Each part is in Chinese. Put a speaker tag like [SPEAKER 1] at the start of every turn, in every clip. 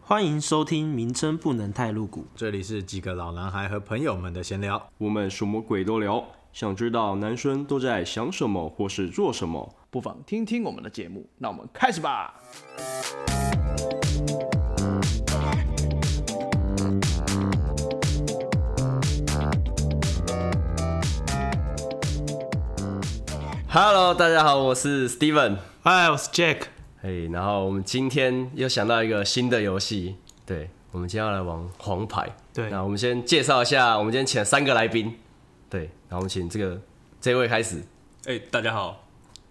[SPEAKER 1] 欢迎收听，名称不能太露骨。
[SPEAKER 2] 这里是几个老男孩和朋友们的闲聊，
[SPEAKER 3] 我们什么鬼都聊，想知道男生都在想什么或是做什么。
[SPEAKER 4] 不妨听听我们的节目。那我们开始吧。
[SPEAKER 3] Hello，大家好，我是 Steven。
[SPEAKER 1] 嗨，我是 Jack。
[SPEAKER 3] 嘿、然后我们今天又想到一个新的游戏，对，我们今天要来玩黄牌。
[SPEAKER 1] 对
[SPEAKER 3] 那我们先介绍一下，我们今天请了三个来宾，对，然后我们请这个这位开始
[SPEAKER 5] 哎、大家好，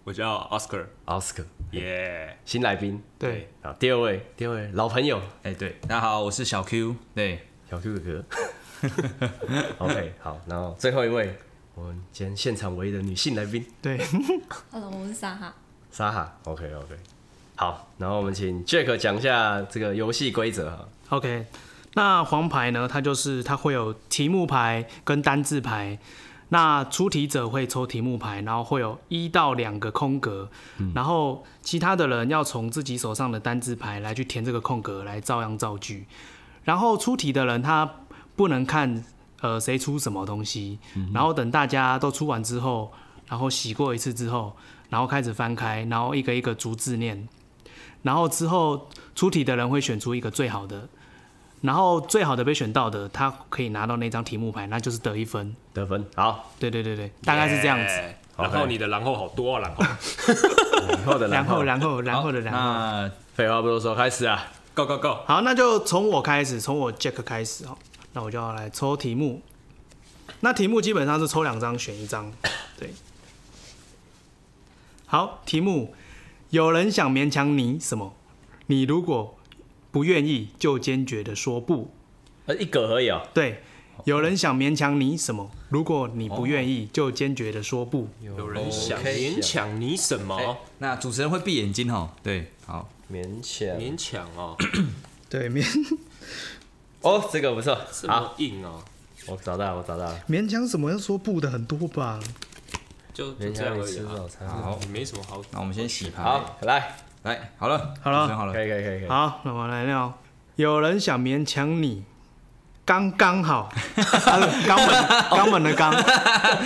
[SPEAKER 5] 我叫 Oscar，
[SPEAKER 3] ，Oscar
[SPEAKER 5] 耶、
[SPEAKER 3] 新来宾。
[SPEAKER 1] 对，
[SPEAKER 3] 啊，第二位，第二位老朋友
[SPEAKER 6] 哎、对，大家好，我是小 Q。对，
[SPEAKER 3] 小 Q 哥 哥。OK，好，然后最后一位，我们今天现场唯一的女性来宾
[SPEAKER 1] 对，
[SPEAKER 7] Hello，我是莎哈。
[SPEAKER 3] 沙哈。OK OK，好，然后我们请 Jack 讲一下这个游戏规则哈。
[SPEAKER 1] OK，那黄牌呢？它就是它会有题目牌跟单字牌。那出题者会抽题目牌，然后会有一到两个空格，然后其他的人要从自己手上的单字牌来去填这个空格，来照样造句。然后出题的人他不能看呃谁出什么东西，然后等大家都出完之后，然后洗过一次之后，然后开始翻开，然后一个一个逐字念，然后之后出题的人会选出一个最好的，然后最好的被选到的，他可以拿到那张题目牌，那就是得一分。
[SPEAKER 3] 得分好，
[SPEAKER 1] 对对对对，大概是这样子。
[SPEAKER 3] 哎
[SPEAKER 2] 然后你的然后好多啊，然 后
[SPEAKER 3] 然后的
[SPEAKER 1] 然后，然后，然后的，然后。
[SPEAKER 6] 那
[SPEAKER 3] 废话不多说，开始啊。
[SPEAKER 5] g o Go Go，
[SPEAKER 1] 好，那就从我开始，从我 Jack 开始哦。那我就要来抽题目。那题目基本上是抽两张选一 张，对。好，题目：有人想勉强你什么？你如果不愿意，就坚决的说不。
[SPEAKER 3] 呃，一格而已哦。
[SPEAKER 1] 对，有人想勉强你什么？如果你不愿意，就坚决的说不。
[SPEAKER 5] 有人想
[SPEAKER 3] OK
[SPEAKER 5] 勉强你什么？
[SPEAKER 6] 哎那主持人会闭眼睛哦。对，好，
[SPEAKER 3] 勉强。
[SPEAKER 5] 勉强哦，
[SPEAKER 1] 对，勉
[SPEAKER 3] 哦，这个不错。
[SPEAKER 5] 这
[SPEAKER 3] 好
[SPEAKER 5] 么，硬哦，
[SPEAKER 3] 我找到了，我找到了。
[SPEAKER 1] 勉强什么要说不的很多吧？
[SPEAKER 5] 就就
[SPEAKER 3] 勉
[SPEAKER 5] 这样
[SPEAKER 3] 强你
[SPEAKER 5] 而已
[SPEAKER 3] 吃
[SPEAKER 5] 啊
[SPEAKER 3] 早。餐。
[SPEAKER 5] 好，没什么好。
[SPEAKER 6] 那我们先洗牌。，
[SPEAKER 3] 好，来，
[SPEAKER 6] 来，好了，
[SPEAKER 1] 好了
[SPEAKER 6] 主持人好
[SPEAKER 3] 可
[SPEAKER 6] 了。
[SPEAKER 3] 以，可以，可以，可以。
[SPEAKER 1] 好，那我来聊。有人想勉强你，刚刚 好，啊他是肛门肛门的肛。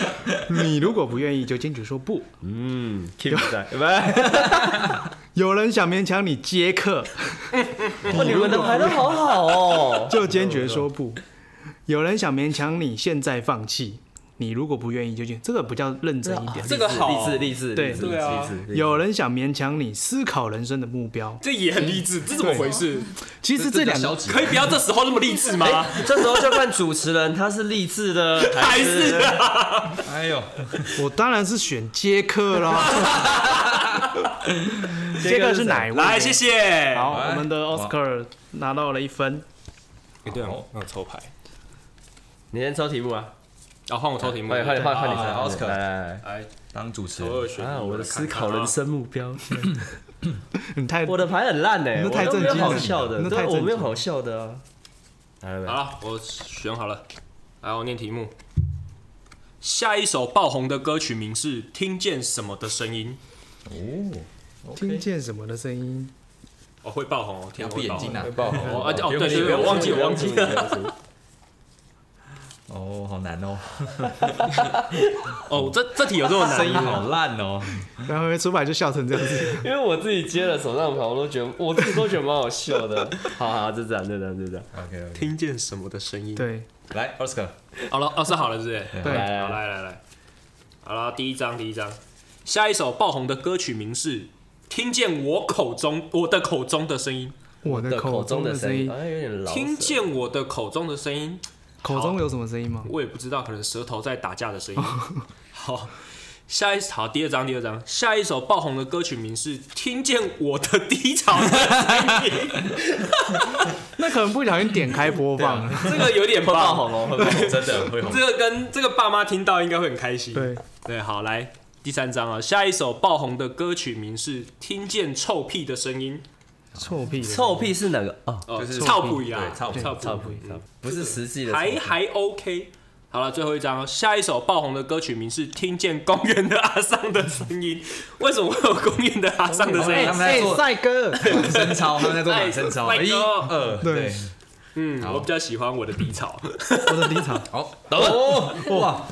[SPEAKER 1] 你如果不愿意，就坚决说不。
[SPEAKER 3] 嗯，keep 不在，喂，
[SPEAKER 1] 有人想勉强你接 客，
[SPEAKER 3] 你们的牌都好好哦。
[SPEAKER 1] 就坚决说不。有人想勉强你现在放弃，你如果不愿意就坚，这个比较认真一点。
[SPEAKER 5] 这个好
[SPEAKER 3] 励志，励志，
[SPEAKER 1] 对
[SPEAKER 3] 励志
[SPEAKER 5] 对啊
[SPEAKER 3] 励志励志
[SPEAKER 1] 有人想勉强你思考人生的目标，
[SPEAKER 5] 这也很励志，这怎么回事？
[SPEAKER 1] 其实这
[SPEAKER 6] 这叫
[SPEAKER 1] 两
[SPEAKER 6] 消
[SPEAKER 1] 个
[SPEAKER 6] 极，
[SPEAKER 5] 可以不要这时候那么励志吗？
[SPEAKER 3] 这时候就看主持人他是励志的
[SPEAKER 5] 还是啊
[SPEAKER 6] 哎呦，
[SPEAKER 1] 我当然是选接客啦。 接客是哪一位？
[SPEAKER 5] 来，谢。谢。
[SPEAKER 1] 好，
[SPEAKER 6] 来
[SPEAKER 1] 我们的 Oscar 拿到了一分。
[SPEAKER 5] 哎对哦，那我抽牌。
[SPEAKER 3] 你先抽题目啊，
[SPEAKER 5] 然后换我抽题目，
[SPEAKER 3] 快点快点快点快点
[SPEAKER 6] 啊
[SPEAKER 3] 抽
[SPEAKER 6] ，Oscar
[SPEAKER 3] 来来来
[SPEAKER 5] 来，
[SPEAKER 6] 当主持人，
[SPEAKER 5] 抽二选一
[SPEAKER 3] 啊，我的思考
[SPEAKER 5] 来看看啊
[SPEAKER 3] 人生目标，
[SPEAKER 1] 你太
[SPEAKER 3] 我的牌很烂
[SPEAKER 1] 那
[SPEAKER 3] 呢，
[SPEAKER 1] 太
[SPEAKER 3] 我都没有
[SPEAKER 1] 震惊了
[SPEAKER 3] 好笑的，
[SPEAKER 1] 那太
[SPEAKER 3] 对，
[SPEAKER 1] 震惊
[SPEAKER 3] 我没有好笑的啊。来
[SPEAKER 5] 好
[SPEAKER 3] 来
[SPEAKER 5] 了，我选好了，来，我念题目。下一首爆红的歌曲名是《听见什么的声音
[SPEAKER 6] 哦
[SPEAKER 1] 听见什么的声音？》，
[SPEAKER 5] 哦，会爆红哦，
[SPEAKER 6] 要
[SPEAKER 5] 听
[SPEAKER 6] 闭眼睛
[SPEAKER 5] 啊！
[SPEAKER 6] 啊。
[SPEAKER 3] 爆
[SPEAKER 5] 哦，啊哦，对对对，我忘记，我忘记了。
[SPEAKER 3] 了。
[SPEAKER 6] 哦，好难哦，
[SPEAKER 5] 哦，这这题有这么难？
[SPEAKER 6] 声音好烂哦。
[SPEAKER 1] 然后出版就笑成这样子。
[SPEAKER 3] 因为我自己接了手上的牌，我都觉得我自己都觉得蛮好笑的。 好好，就这样，就这样，就这样。
[SPEAKER 6] OK OK，
[SPEAKER 5] 听见什么的声 音？，
[SPEAKER 1] 对
[SPEAKER 6] 来，Oscar，
[SPEAKER 5] 好了，哦，是好了，是不是？
[SPEAKER 1] 对，
[SPEAKER 3] 来
[SPEAKER 5] 好，
[SPEAKER 3] 来来，
[SPEAKER 5] 来来来，好了，第一章，第一章。下一首爆红的歌曲名是《听见我口中我的口中的声音
[SPEAKER 1] 我的
[SPEAKER 3] 的口
[SPEAKER 1] 口
[SPEAKER 3] 中
[SPEAKER 1] 中
[SPEAKER 3] 的
[SPEAKER 1] 的
[SPEAKER 3] 声
[SPEAKER 1] 声
[SPEAKER 3] 音
[SPEAKER 1] 音
[SPEAKER 3] 好，像有点》，老。
[SPEAKER 5] 听见我的口中的声音，
[SPEAKER 1] 口中有什么声音吗？
[SPEAKER 5] 我也不知道，可能舌头在打架的声音。 好，下一好第二章，第二章，下一首爆红的歌曲名是《听见我的低潮 的声音》
[SPEAKER 1] 那可能不小心点开播放。啊
[SPEAKER 5] 这个有点
[SPEAKER 3] 爆
[SPEAKER 5] 爆
[SPEAKER 3] 红哦，会爆红，真的会红。
[SPEAKER 5] 这个跟这个爸妈听到应该会很开心。
[SPEAKER 1] 对，
[SPEAKER 5] 对，啊好，来第三章啊，下一首爆红的歌曲名是《听见臭屁的声音
[SPEAKER 1] 臭屁的。
[SPEAKER 3] 臭屁是哪个？哦，》，
[SPEAKER 5] 哦，
[SPEAKER 6] 就是
[SPEAKER 5] 臭屁啊，
[SPEAKER 6] 对臭屁
[SPEAKER 5] 臭
[SPEAKER 3] 臭屁，臭屁，不是实际的臭屁。
[SPEAKER 5] 还还 OK，好了，最后一张哦，下一首爆红的歌曲名是《听见公园的阿桑的声音》。 为什么会有公园的阿桑的声音？
[SPEAKER 6] 他们在做
[SPEAKER 1] 哎帅哥，
[SPEAKER 6] 暖身操，他们在做暖身操，
[SPEAKER 5] 哎
[SPEAKER 6] 一
[SPEAKER 5] 哦
[SPEAKER 6] 二，对，
[SPEAKER 3] 呃
[SPEAKER 5] 嗯，我比较喜欢我的低潮。
[SPEAKER 1] 我的低潮。
[SPEAKER 6] 好，哦，哇，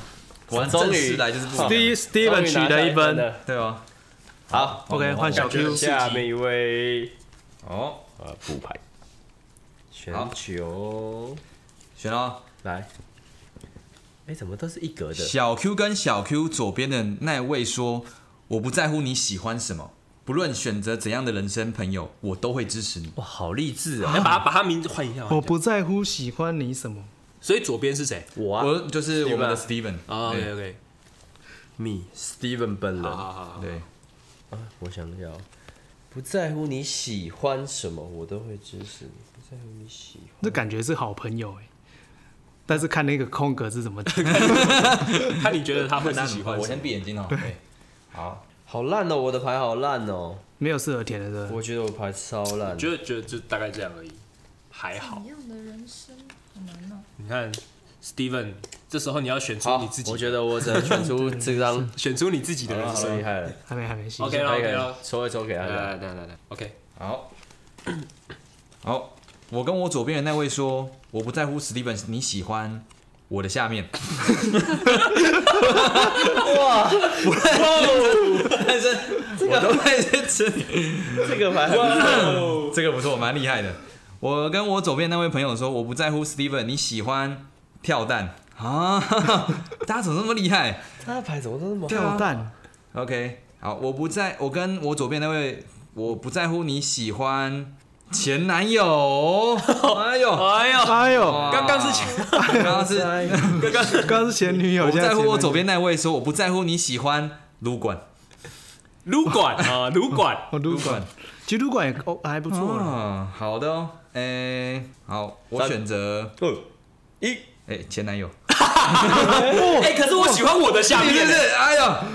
[SPEAKER 6] 果然
[SPEAKER 3] 终于
[SPEAKER 6] 正式来就是不一样，
[SPEAKER 1] Steve Steven 取得一分
[SPEAKER 6] 对哦吧？
[SPEAKER 3] 好，
[SPEAKER 1] ，OK，换小 Q。
[SPEAKER 3] 下面一位
[SPEAKER 6] 哦，
[SPEAKER 3] 呃补牌，选
[SPEAKER 6] 好
[SPEAKER 3] 球
[SPEAKER 6] 选哦了
[SPEAKER 3] 来，哎，怎么都是一格的？
[SPEAKER 6] 小 Q 跟小 Q 左边的那位说：“我不在乎你喜欢什么，不论选择怎样的人生朋友，我都会支持你。”
[SPEAKER 3] 哇，好励志啊！
[SPEAKER 5] 来把它把他名字换一下。换
[SPEAKER 1] 我
[SPEAKER 5] 一下
[SPEAKER 1] 不在乎喜欢你什么，
[SPEAKER 5] 所以左边是谁？
[SPEAKER 3] 我啊哦
[SPEAKER 6] 我就是我们的 Steven，
[SPEAKER 5] 啊，OK
[SPEAKER 6] 对
[SPEAKER 5] OK，
[SPEAKER 3] ，me Steven 本人，
[SPEAKER 5] 好好好，
[SPEAKER 6] 对，
[SPEAKER 3] 啊我想要，不在乎你喜欢什么，我都会支持你。不在乎你喜欢，
[SPEAKER 1] 这感觉是好朋友哎。但是看那个空格是怎么讲，
[SPEAKER 5] 看你觉得他会是喜欢
[SPEAKER 6] 我
[SPEAKER 5] 谁
[SPEAKER 6] 先？闭眼睛哦。对，好，
[SPEAKER 3] 好烂哦，我的牌好烂哦，
[SPEAKER 1] 没有适合填的是不是
[SPEAKER 3] 我觉得我牌超烂。
[SPEAKER 5] 觉得觉得就大概这样而已，还哎好
[SPEAKER 7] 怎。样的人生好难哦？
[SPEAKER 5] 你看，Steven，这时候你要选出
[SPEAKER 3] 好
[SPEAKER 5] 你自，己，
[SPEAKER 3] 我觉得我只能选出这 张，
[SPEAKER 5] 选出你自己的人
[SPEAKER 3] 好厉
[SPEAKER 5] 生。
[SPEAKER 3] 害了。
[SPEAKER 1] 还没还没细
[SPEAKER 5] OK
[SPEAKER 1] 想
[SPEAKER 5] 了
[SPEAKER 3] 可以
[SPEAKER 5] OK
[SPEAKER 3] 可
[SPEAKER 5] 了
[SPEAKER 3] 以，，抽一抽给他
[SPEAKER 5] 来来
[SPEAKER 3] 看。
[SPEAKER 5] 来来来，OK，
[SPEAKER 6] 好， 好，我跟我左边的那位说：“我不在乎 Steven 你喜欢我的 下面。”哇，我认真，这个我都会认真。
[SPEAKER 3] 这个牌很
[SPEAKER 6] 这个不错，蛮厉害的。我跟我左边那位朋友说，我不在乎 Steven，你喜欢跳蛋啊？ 大家怎么那么厉害？
[SPEAKER 3] 他的牌怎么都那么
[SPEAKER 1] 跳蛋，
[SPEAKER 6] OK，好，我不在，我跟我左边那位，我不在乎你喜欢前男 友。哎呦，
[SPEAKER 5] 哎呦，
[SPEAKER 1] 哎呦，
[SPEAKER 5] 刚刚是前
[SPEAKER 6] 刚刚是，
[SPEAKER 1] 刚刚是前女友，
[SPEAKER 6] 我不
[SPEAKER 1] 现
[SPEAKER 6] 在
[SPEAKER 1] 是
[SPEAKER 6] 乎
[SPEAKER 1] 前
[SPEAKER 6] 我
[SPEAKER 1] 男友
[SPEAKER 6] 左边那位说，我不在乎你喜欢撸管，
[SPEAKER 5] 撸 管啊，撸管，
[SPEAKER 1] 哦，
[SPEAKER 6] 撸
[SPEAKER 1] 撸管，，其实撸管也哦还不错啦，
[SPEAKER 6] 啊，好的哦，哎，好，我
[SPEAKER 3] 三
[SPEAKER 6] 选择，
[SPEAKER 3] 二一，
[SPEAKER 6] 哎，前男友，
[SPEAKER 5] 哎，可是我喜欢我的下
[SPEAKER 6] 对对
[SPEAKER 5] 面，
[SPEAKER 6] 对，哎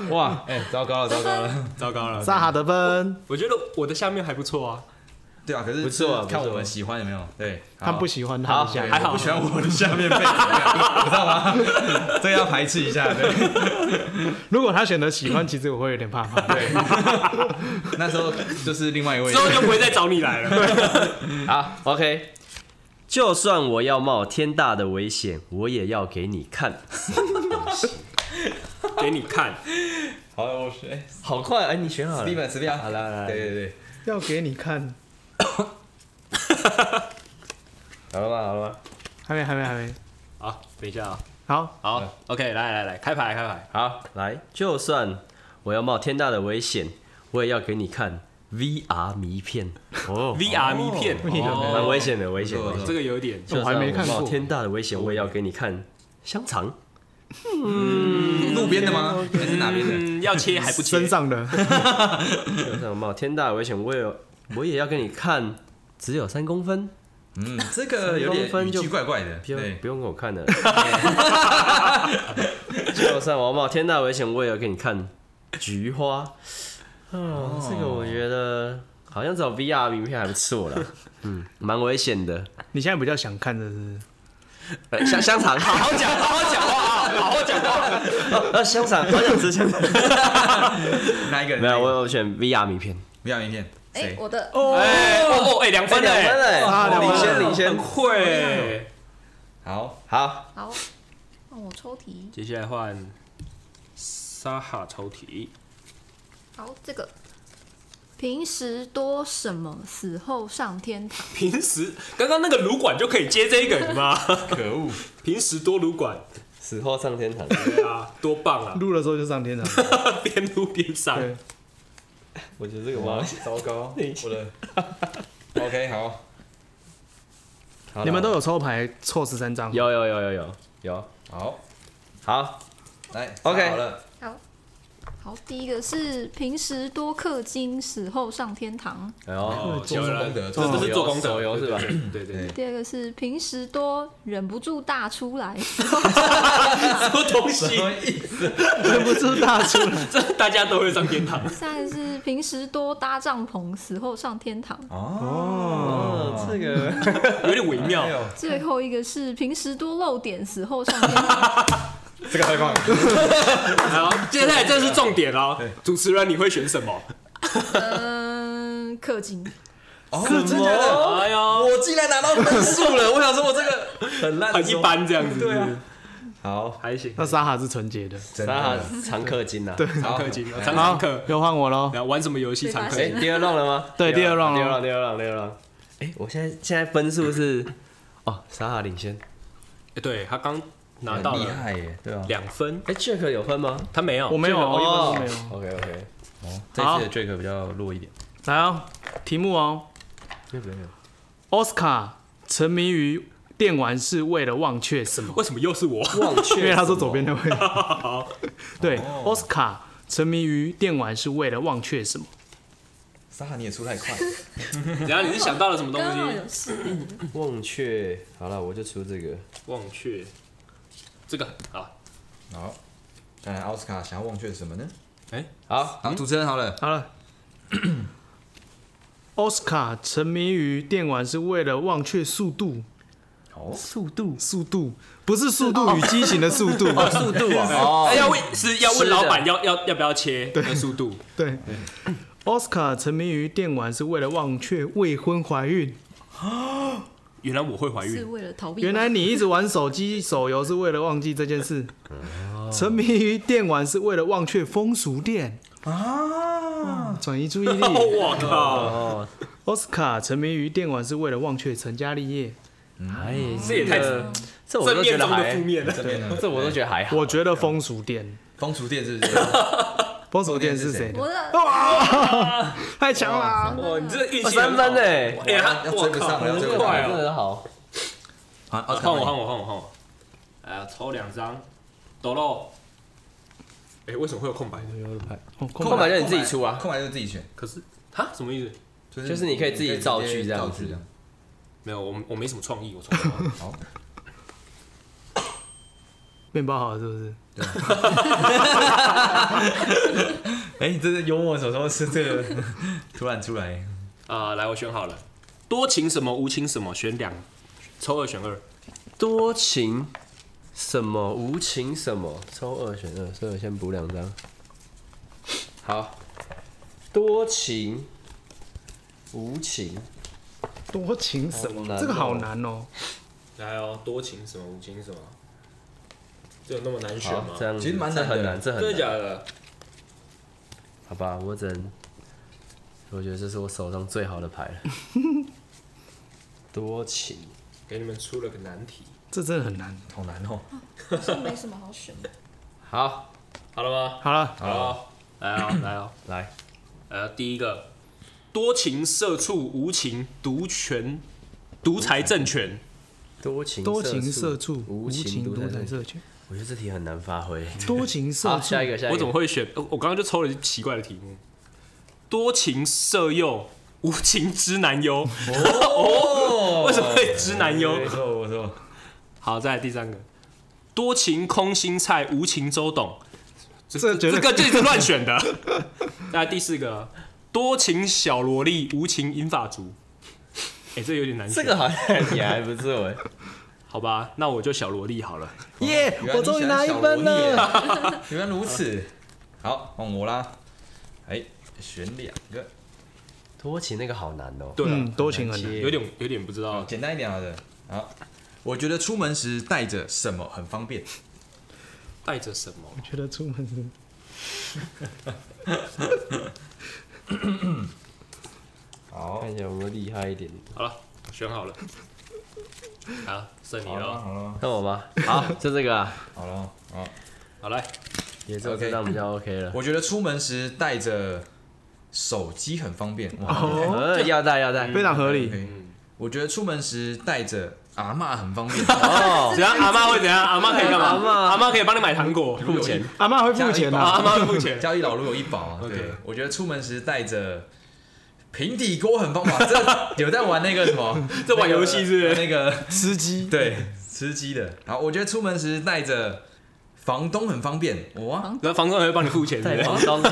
[SPEAKER 6] 呦，哇，哎，糟糕了，糟糕了。
[SPEAKER 5] 糟糕了，
[SPEAKER 1] 萨哈得分，
[SPEAKER 5] 我觉得我的下面还不错啊，
[SPEAKER 6] 对啊，可是
[SPEAKER 3] 不错啊
[SPEAKER 6] 是看
[SPEAKER 3] 不错啊
[SPEAKER 6] 我们喜欢有没有？对，
[SPEAKER 1] 他不
[SPEAKER 6] 喜
[SPEAKER 1] 喜欢他的下
[SPEAKER 5] 还
[SPEAKER 1] 面，
[SPEAKER 5] 好
[SPEAKER 6] 不喜欢我的下面 被，你知道吗？这个要排斥一下。对，
[SPEAKER 1] 如果他选择喜欢，其实我会有点怕怕。
[SPEAKER 6] 那时候就是另外一位
[SPEAKER 5] 之，后就不会再找你来了。
[SPEAKER 3] 好，OK。就算我要冒天大的危险，我也要给你看。
[SPEAKER 5] 给你看，
[SPEAKER 6] 好，我是哎
[SPEAKER 3] 好快，哎，你选好了。
[SPEAKER 6] ，Steven，随便啊，
[SPEAKER 3] 好来来来
[SPEAKER 6] 对对对，
[SPEAKER 1] 要给你看，
[SPEAKER 3] 好了吗？好了吗？
[SPEAKER 1] 还没还没还没，
[SPEAKER 5] 好，等一下啊，
[SPEAKER 1] 好，
[SPEAKER 5] 好，OK，来来来，开牌开牌，
[SPEAKER 3] 好，来，就算我要冒天大的危险，我也要给你看 VR 迷片哦，
[SPEAKER 5] VR 迷片，
[SPEAKER 3] 蛮
[SPEAKER 5] 哦
[SPEAKER 3] 危险的，危险。
[SPEAKER 6] 不错
[SPEAKER 3] 危险
[SPEAKER 5] 这个有点，
[SPEAKER 3] 就
[SPEAKER 1] 我还
[SPEAKER 3] 算
[SPEAKER 1] 没看
[SPEAKER 3] 冒
[SPEAKER 1] 过
[SPEAKER 3] 天大的危险，我也要给你看香肠。
[SPEAKER 6] 路边的吗？还是哪边的？
[SPEAKER 5] 嗯，要切还不切
[SPEAKER 1] 身，上的
[SPEAKER 3] 就算我冒天大的危险，我也我也要给你看，只有三公分，
[SPEAKER 6] 嗯，这个
[SPEAKER 3] 三
[SPEAKER 6] 有
[SPEAKER 3] 公
[SPEAKER 6] 点
[SPEAKER 3] 分
[SPEAKER 6] 语
[SPEAKER 3] 就
[SPEAKER 6] 气怪怪的。
[SPEAKER 3] 不用
[SPEAKER 6] 对，
[SPEAKER 3] 不用给我看了。就算我要冒天大的危险，我也要给你看菊花。嗯，这个我觉得好像找 VR 名片还不错啦。嗯，蛮危险的。
[SPEAKER 1] 你现在比较想看的是
[SPEAKER 3] 呃香香肠，好好讲，好好讲话啊，好好讲话。呃，香肠，好想吃香肠。
[SPEAKER 6] 哪一个人？
[SPEAKER 3] 没有，
[SPEAKER 6] 哪一个
[SPEAKER 3] 我我选 VR 名片。
[SPEAKER 6] 不要名片。
[SPEAKER 7] 哎
[SPEAKER 6] 谁，？
[SPEAKER 7] 我的
[SPEAKER 5] 哎哦哦哎，两分
[SPEAKER 3] 两分
[SPEAKER 5] 嘞，
[SPEAKER 3] 嘞，
[SPEAKER 1] 啊两分
[SPEAKER 3] 领先
[SPEAKER 1] 了
[SPEAKER 3] 领先
[SPEAKER 5] 很。会。
[SPEAKER 6] 好，
[SPEAKER 3] 好，
[SPEAKER 7] 好，那哦我抽题。
[SPEAKER 5] 接下来换沙哈抽题，
[SPEAKER 7] 好，这个平时多什么，死后上天堂。
[SPEAKER 5] 平时刚刚那个撸管就可以接这个，吗？
[SPEAKER 6] 可恶，
[SPEAKER 5] 平时多撸管，
[SPEAKER 3] 死后上天堂。
[SPEAKER 5] 对啊，多棒啊！
[SPEAKER 1] 录的时候就上天堂，
[SPEAKER 5] 边撸边上，
[SPEAKER 1] 对，
[SPEAKER 3] 我觉得这个蛮
[SPEAKER 6] 糟 糕，我的。OK，好，
[SPEAKER 3] 好啦
[SPEAKER 1] 你们都有抽牌凑十三张，
[SPEAKER 3] 有有有有有有
[SPEAKER 6] 好，
[SPEAKER 3] 好
[SPEAKER 6] 来
[SPEAKER 3] OK
[SPEAKER 6] 好了，
[SPEAKER 7] 好，好，第一个是平时多氪金，死后上天堂；
[SPEAKER 3] 哎呦，
[SPEAKER 5] 哦，有人
[SPEAKER 6] 功德
[SPEAKER 5] 这不是做功
[SPEAKER 3] 手
[SPEAKER 5] 德
[SPEAKER 3] 游是吧？
[SPEAKER 5] 对对对，
[SPEAKER 7] 第二个是平时多忍不住大出 来，
[SPEAKER 5] 什么东 西？
[SPEAKER 1] 忍不住大出来。
[SPEAKER 5] 这大家都会上天堂。
[SPEAKER 7] 三个是平时多搭帐篷，死后上天堂；
[SPEAKER 3] 哦，这个
[SPEAKER 5] 有点微妙。
[SPEAKER 7] 最后一个是平时多露点，死后上天堂。
[SPEAKER 6] 这个太棒了，
[SPEAKER 5] 好，接下来这是重点哦。主持人，你会选什么？
[SPEAKER 7] 嗯，氪金。
[SPEAKER 6] 哦，真的，
[SPEAKER 5] 哎呦，
[SPEAKER 6] 我竟然拿到分数了，我想说我这个很烂，
[SPEAKER 5] 很一。般这样子。
[SPEAKER 6] 对啊
[SPEAKER 5] 是不是，
[SPEAKER 6] 好，
[SPEAKER 5] 还行。
[SPEAKER 1] 那沙哈是纯洁的。
[SPEAKER 6] 真
[SPEAKER 3] 那
[SPEAKER 6] 的，
[SPEAKER 3] 常氪金呐。对，
[SPEAKER 5] 常氪金，常
[SPEAKER 1] 好
[SPEAKER 5] 常氪，。
[SPEAKER 1] 又换我喽。
[SPEAKER 5] 然后玩什么游戏常氪
[SPEAKER 3] 哎
[SPEAKER 5] 金？，
[SPEAKER 3] 第二浪了吗？
[SPEAKER 1] 对第二 round
[SPEAKER 3] 第二
[SPEAKER 1] 了
[SPEAKER 3] round，第二浪，第二浪。哎，我现在现在分数是哦，沙哈领先。
[SPEAKER 5] 哎对他刚拿到
[SPEAKER 6] 很厉
[SPEAKER 5] 了
[SPEAKER 6] 害耶，对啊，
[SPEAKER 5] 两分，
[SPEAKER 3] 哎，Jack 有分吗？
[SPEAKER 5] 他没有。
[SPEAKER 1] 我没有，啊我一分都没有。
[SPEAKER 3] OK OK，
[SPEAKER 6] 哦这
[SPEAKER 1] 哦好
[SPEAKER 6] 次的 Drake 比较弱一点。
[SPEAKER 1] 来哦，题目哦。奥斯卡沉迷于电玩是为了忘却什 么？
[SPEAKER 5] 为什么又是我？
[SPEAKER 3] 忘却，
[SPEAKER 1] 因为他说左边 那位。对，
[SPEAKER 6] 哦
[SPEAKER 1] 奥斯卡沉迷于电玩是为了忘却什么？
[SPEAKER 6] 沙哈你也出太快，
[SPEAKER 5] 然后你是想到了什么东
[SPEAKER 7] 刚好
[SPEAKER 5] 西？
[SPEAKER 7] 啊有事点，
[SPEAKER 3] 忘却。好了，我就出这个。
[SPEAKER 5] 忘却。这个啊，
[SPEAKER 6] 好，当哎然奥斯卡想要忘却什么呢？
[SPEAKER 5] 哎
[SPEAKER 3] 好，
[SPEAKER 6] 好，主持人好了，
[SPEAKER 1] 好 了。奥斯卡沉迷于电玩是为了忘却速度。
[SPEAKER 6] 哦
[SPEAKER 1] 速度， 速度，不是速度与激情的速 度。
[SPEAKER 3] 速度哦
[SPEAKER 5] 哎，要问是要问
[SPEAKER 3] 是的
[SPEAKER 5] 老板要要要不要切的速度？
[SPEAKER 1] 对，奥斯卡沉迷于电玩是为了忘却未婚怀孕。
[SPEAKER 5] 原来我会怀
[SPEAKER 7] 是
[SPEAKER 5] 孕，
[SPEAKER 7] 为了逃避吗。
[SPEAKER 1] 原来你一直玩手机手游是为了忘记这件事，沉迷于电玩是为了忘却风俗店啊，转移注意力。
[SPEAKER 5] 我靠，
[SPEAKER 3] 哦，
[SPEAKER 1] 奥斯卡沉迷于电玩是为了忘却成家立业。
[SPEAKER 3] 哎，
[SPEAKER 5] 这也太
[SPEAKER 3] 个这我
[SPEAKER 5] 正
[SPEAKER 3] 都觉
[SPEAKER 5] 面
[SPEAKER 3] 得
[SPEAKER 5] 中的
[SPEAKER 3] 还
[SPEAKER 5] 负，面了。
[SPEAKER 6] 这边呢，
[SPEAKER 3] 这我都觉得还好。
[SPEAKER 1] 我觉得风俗店，
[SPEAKER 6] 风俗店是不是？
[SPEAKER 1] 风俗店是谁的？
[SPEAKER 7] 我的
[SPEAKER 1] 哇，太强了啊！
[SPEAKER 5] 哇，你这运
[SPEAKER 3] 哦
[SPEAKER 5] 气
[SPEAKER 3] 三分
[SPEAKER 5] 呢？
[SPEAKER 3] 呢，
[SPEAKER 5] 哎，他
[SPEAKER 6] 要追
[SPEAKER 5] 我
[SPEAKER 6] 不
[SPEAKER 5] 靠，
[SPEAKER 6] 上了要追
[SPEAKER 5] 很
[SPEAKER 6] 不上
[SPEAKER 5] 快
[SPEAKER 3] 真
[SPEAKER 5] 哦。
[SPEAKER 3] 的好。
[SPEAKER 6] 好，奥斯卡
[SPEAKER 5] 换我，换我，换我，换我。哎呀，抽两张，抖漏。哎，为什么会有空白？
[SPEAKER 1] 哦空
[SPEAKER 3] 空白
[SPEAKER 1] 白
[SPEAKER 3] 就你自己出啊
[SPEAKER 6] 空白就自己选，
[SPEAKER 5] 可是哈，什么意思？
[SPEAKER 6] 就
[SPEAKER 3] 就是你可以自己造句这样子
[SPEAKER 6] 造句这样
[SPEAKER 5] 没有，我我没什么创意，我从来没有
[SPEAKER 1] 面包好了是不是？
[SPEAKER 6] 哎，你这是幽默，什么时候是这个突然出来？
[SPEAKER 5] 啊，来，我选好了，多情什么，无情什么，选两，抽二选二。
[SPEAKER 3] 多情什么无情什么，抽二选二，所以我先补两张。好，多情无情，
[SPEAKER 1] 多情什
[SPEAKER 3] 好难
[SPEAKER 1] 么？
[SPEAKER 3] 哦
[SPEAKER 1] 这个好难哦。
[SPEAKER 5] 来哦，多情什么，无情什么，这有那么难选
[SPEAKER 3] 好
[SPEAKER 5] 吗？
[SPEAKER 3] 这样
[SPEAKER 6] 其实蛮难
[SPEAKER 3] 这
[SPEAKER 6] 的
[SPEAKER 3] 很难，这很
[SPEAKER 5] 真的
[SPEAKER 3] 难。
[SPEAKER 5] 假的？
[SPEAKER 3] 好吧，我只能，我觉得这是我手上最好的牌了。 多情，
[SPEAKER 5] 给你们出了个难题，
[SPEAKER 1] 这真的很难。
[SPEAKER 6] 好难哦，
[SPEAKER 7] 这没什么好选的。
[SPEAKER 3] 好，
[SPEAKER 5] 好了吗？
[SPEAKER 1] 好了，
[SPEAKER 5] 好了哦，来哦，来哦，
[SPEAKER 3] 来，
[SPEAKER 5] 呃，第一个，多情社畜，无情独权，独裁政权。
[SPEAKER 3] 多情
[SPEAKER 1] 多情社畜，
[SPEAKER 3] 无
[SPEAKER 1] 无
[SPEAKER 3] 情
[SPEAKER 1] 情独裁
[SPEAKER 3] 社畜。
[SPEAKER 1] 社群，
[SPEAKER 3] 我觉得这题很难发挥。
[SPEAKER 1] 多情社
[SPEAKER 3] 好，
[SPEAKER 1] 畜
[SPEAKER 3] 下。一个，下一个。
[SPEAKER 5] 我怎么会选？呃我刚刚就抽了奇怪的题目，多情色诱，无情知男优。哦， 为什么会知男优？
[SPEAKER 6] 错我错，
[SPEAKER 5] 好，再来第三个，多情空心菜，无情周董。这
[SPEAKER 1] 这绝
[SPEAKER 5] 这
[SPEAKER 1] 对
[SPEAKER 5] 个就是乱 选的。再来第四个，多情小萝莉，无情银发族。哎、这有点难选。
[SPEAKER 3] 这个好像也还不错哎。
[SPEAKER 5] 好吧，那我就小萝莉好了。
[SPEAKER 1] 耶！我终于拿一分了。
[SPEAKER 6] 了，原来如此。好，换我啦。哎，选两个，
[SPEAKER 3] 多情那个好难哦。
[SPEAKER 5] 对啊、
[SPEAKER 1] 嗯，多情很难。
[SPEAKER 5] 有点有点不知道。
[SPEAKER 6] 简单一点好的。好，我觉得出门时带着什么很方便。
[SPEAKER 5] 带着什么？
[SPEAKER 1] 我觉得出门是
[SPEAKER 6] 好
[SPEAKER 3] 看一下有没有厉害一点。
[SPEAKER 5] 好了，选好了。好，剩你
[SPEAKER 6] 好了，
[SPEAKER 5] 了。
[SPEAKER 6] 好啊了，
[SPEAKER 3] 看我吗？好，就这个啊，
[SPEAKER 6] 好了，好。
[SPEAKER 5] 好来，
[SPEAKER 3] 也是我这张比较 OK 了。
[SPEAKER 6] 我觉得出门时带着手机很方便。哇，
[SPEAKER 1] 哦
[SPEAKER 3] 呃，要带要带，
[SPEAKER 1] 非常合理。
[SPEAKER 6] OK 我觉得出门时带着阿嬷很方便，
[SPEAKER 3] 哦
[SPEAKER 5] 怎样？阿妈会怎样？阿妈可以干嘛？阿妈可以帮你买糖果，付钱。
[SPEAKER 1] 阿妈会付钱
[SPEAKER 5] 啊，阿
[SPEAKER 1] 啊，
[SPEAKER 5] 妈会付钱。
[SPEAKER 6] 家里老如有一宝啊。对，我觉得出门时带着平底锅很方便。这 有在玩那个什么？
[SPEAKER 5] 在玩游戏是不是
[SPEAKER 6] 那个
[SPEAKER 1] 吃鸡。
[SPEAKER 6] 对吃鸡的。好，我觉得出门时带着房东很方便。哇，
[SPEAKER 5] 然后房东还会帮你付钱，对不对？
[SPEAKER 3] 房东，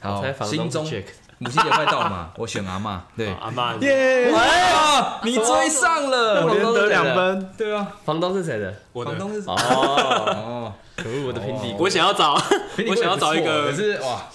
[SPEAKER 6] 好
[SPEAKER 3] 猜，房东
[SPEAKER 6] 心中
[SPEAKER 3] check 啊
[SPEAKER 6] 母亲节快到了嘛， 我选阿嬷。对，
[SPEAKER 5] 阿妈，
[SPEAKER 1] 耶，
[SPEAKER 6] 哇，你追上了，
[SPEAKER 1] 我连得两分，
[SPEAKER 6] 对啊，
[SPEAKER 3] 房东是谁的？
[SPEAKER 5] 我
[SPEAKER 6] 房
[SPEAKER 5] 的，
[SPEAKER 6] 东是
[SPEAKER 3] 哦，
[SPEAKER 6] 哦，
[SPEAKER 3] 可恶，我的平底锅
[SPEAKER 5] 我想要找，
[SPEAKER 6] 平底
[SPEAKER 5] 我
[SPEAKER 6] 锅
[SPEAKER 5] 想
[SPEAKER 6] 也
[SPEAKER 5] 要
[SPEAKER 6] 不错
[SPEAKER 5] 找一个
[SPEAKER 6] 可，是哇，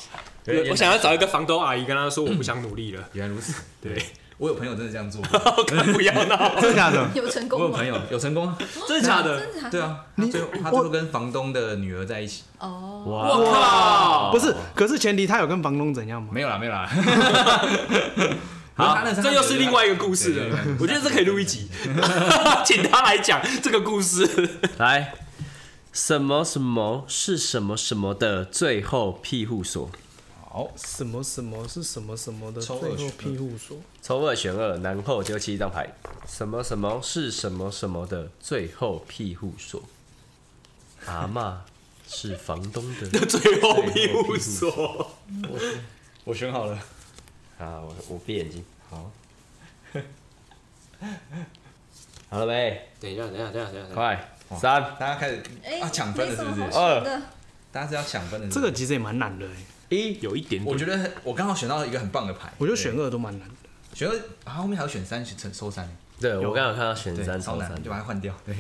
[SPEAKER 6] 有点嗯
[SPEAKER 5] 我想要找一个房东阿姨，跟她说我不想努力了，
[SPEAKER 6] 原来如此。
[SPEAKER 5] 对，
[SPEAKER 6] 我有朋友真的这样做过，
[SPEAKER 5] 我看不要 闹，
[SPEAKER 1] 真的假的？
[SPEAKER 7] 有成
[SPEAKER 6] 我
[SPEAKER 7] 功
[SPEAKER 6] 有
[SPEAKER 7] 吗
[SPEAKER 6] 朋？友有成功啊，
[SPEAKER 5] 真的假的？
[SPEAKER 7] 真的
[SPEAKER 6] 对
[SPEAKER 7] 啊？
[SPEAKER 6] 啊，他最后他最后跟房东的女儿在一起，
[SPEAKER 7] 哦，
[SPEAKER 5] 我靠！
[SPEAKER 1] 不是，可是前提他有跟房东怎样吗？
[SPEAKER 6] 没有啦，没有 啦，
[SPEAKER 5] 好
[SPEAKER 6] 他那，是他
[SPEAKER 5] 这又是另外一个故事
[SPEAKER 6] 对
[SPEAKER 5] 了
[SPEAKER 6] 对对。
[SPEAKER 5] 我觉得这可以录 一集，请他来讲这个故事。
[SPEAKER 3] 来，什么什么是什么什么的最后庇护所？
[SPEAKER 1] 什么什么是什么什么的最
[SPEAKER 6] 抽二
[SPEAKER 1] 后
[SPEAKER 6] 选
[SPEAKER 1] 庇护所？
[SPEAKER 3] 抽二选二，然后就七张牌。什么什么是什么什么的最后庇护所？阿嬷是房东的
[SPEAKER 5] 最后庇护所，
[SPEAKER 6] 我选好了，
[SPEAKER 3] 啊！我我闭眼睛，好，好了没？
[SPEAKER 5] 等一下，等一下，等一下，等一下。
[SPEAKER 3] 快，三
[SPEAKER 6] 大家开始
[SPEAKER 7] 哎
[SPEAKER 6] 啊抢分了是不
[SPEAKER 7] 没
[SPEAKER 6] 是
[SPEAKER 7] 什？
[SPEAKER 6] 哦
[SPEAKER 7] 么好选的
[SPEAKER 6] 大家是要抢分的，
[SPEAKER 1] 这个。其实也蛮难的欸，
[SPEAKER 5] 一有一点
[SPEAKER 6] 我觉
[SPEAKER 5] 点，
[SPEAKER 6] 得我刚好选到一个很棒的牌，
[SPEAKER 1] 我觉得选二都蛮难的。
[SPEAKER 6] 对选二，啊后面还要选三，选收三，
[SPEAKER 3] 对我刚刚有看到选
[SPEAKER 6] 对，
[SPEAKER 3] 三
[SPEAKER 6] 超
[SPEAKER 3] 抽
[SPEAKER 6] 难，
[SPEAKER 3] 三
[SPEAKER 6] 就，把它换掉。对，